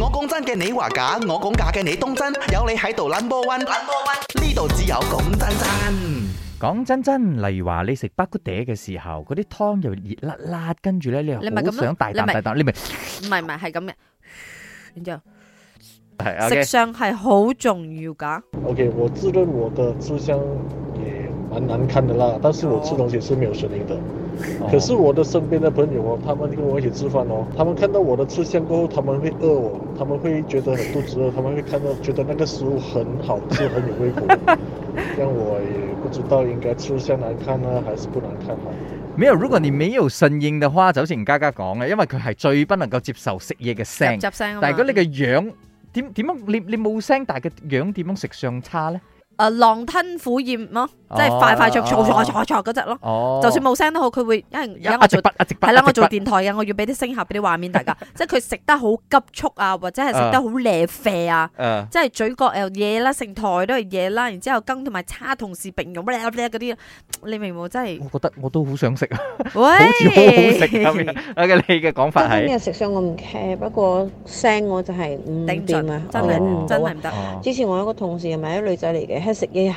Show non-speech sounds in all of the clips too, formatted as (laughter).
我講真嘅你話假，我講假嘅你當真，有你喺度 number one，number one 呢度只有講真真。講真真，例如話你食白骨嗲嘅時候，嗰啲湯又熱辣辣，跟住咧你又你咪咁好咯想大啖你咪大啖，你咪唔係唔係係咁嘅，然之後係食 OK 相係好重要㗎。 OK，我自认我的吃相也蛮难看的啦，但是我吃东西是没有声音的。哦可是我的身边的朋友哦，他们跟我一起吃饭哦，他们看到我的吃相过后，他们会饿我，他们会觉得很肚子饿，他们会看到觉得那个食物很好吃，很有胃口。让我也不知道应该吃相难看呢，还是不难看好。沒有，如果你沒有順應嘅話，就好似吳家家講嘅，因為佢係最不能夠接受食嘢嘅聲。雜聲啊嘛但係如果你嘅樣點點樣，你你冇聲，但係嘅樣點樣食相差咧？誒呃狼吞虎咽咯，哦即係快快脆脆哦脆脆脆嗰只咯。哦，就算冇聲都好，佢會因為而家一我直做筆一直筆，係啦，我做電電台嘅，我要俾啲聲效，俾啲畫 (laughs) 面大家。即係佢食得好急促啊，或者係食得好瀨啡啊。誒即係嘴角又嘢啦，成台都係嘢啦，然之後羹同埋叉同時並用，嗰啲，你明冇？真係，我覺得我都好想食啊，好似好好食喂， (laughs) 咁樣。OK，你嘅講法真心係嘅食相我唔 care，不過聲我就係唔頂唔掂啊順，，我真忍係唔係到真啊係唔得。哦之前我有一個同事係咪一個女仔嚟嘅，喺食嘢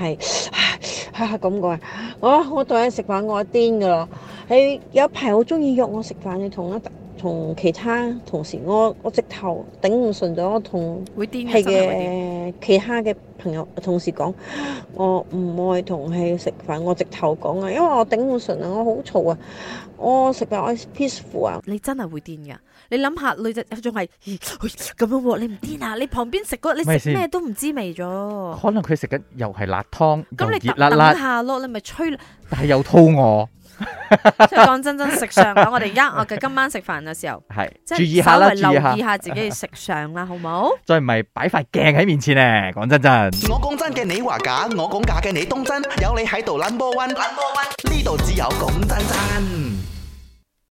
係咁講啊，我我同佢食飯我癲噶啦，佢有一排好中意約我食飯嘅，同一同其他同事，我我直頭頂唔順咗，我同會癲嘅，係真係會癲。嘅其他嘅朋友同事講，我唔愛同佢食飯，我直頭講啊，因為我頂唔順啊，我好嘈啊，我食飯我 peaceful 啊。你真係會癲㗎！你諗下，女仔仲係咦哎咁樣喎，你唔癲啊？你旁邊食嗰咪你食先咩都唔知味咗，可能佢食緊又係辣湯，又咁你熱等辣等辣，下咯，你咪吹 (laughs) 但係又肚餓，即係講真真食相啦，我哋而家我嘅今晚食飯嘅時候，係即注意係下稍啦，微注留意下意，下自己嘅食相啦，好冇？再唔係擺塊鏡喺面前咧。講真真。我講真嘅你話假，我講假嘅你當真，有你喺度 number one，number one 呢度只有講真真。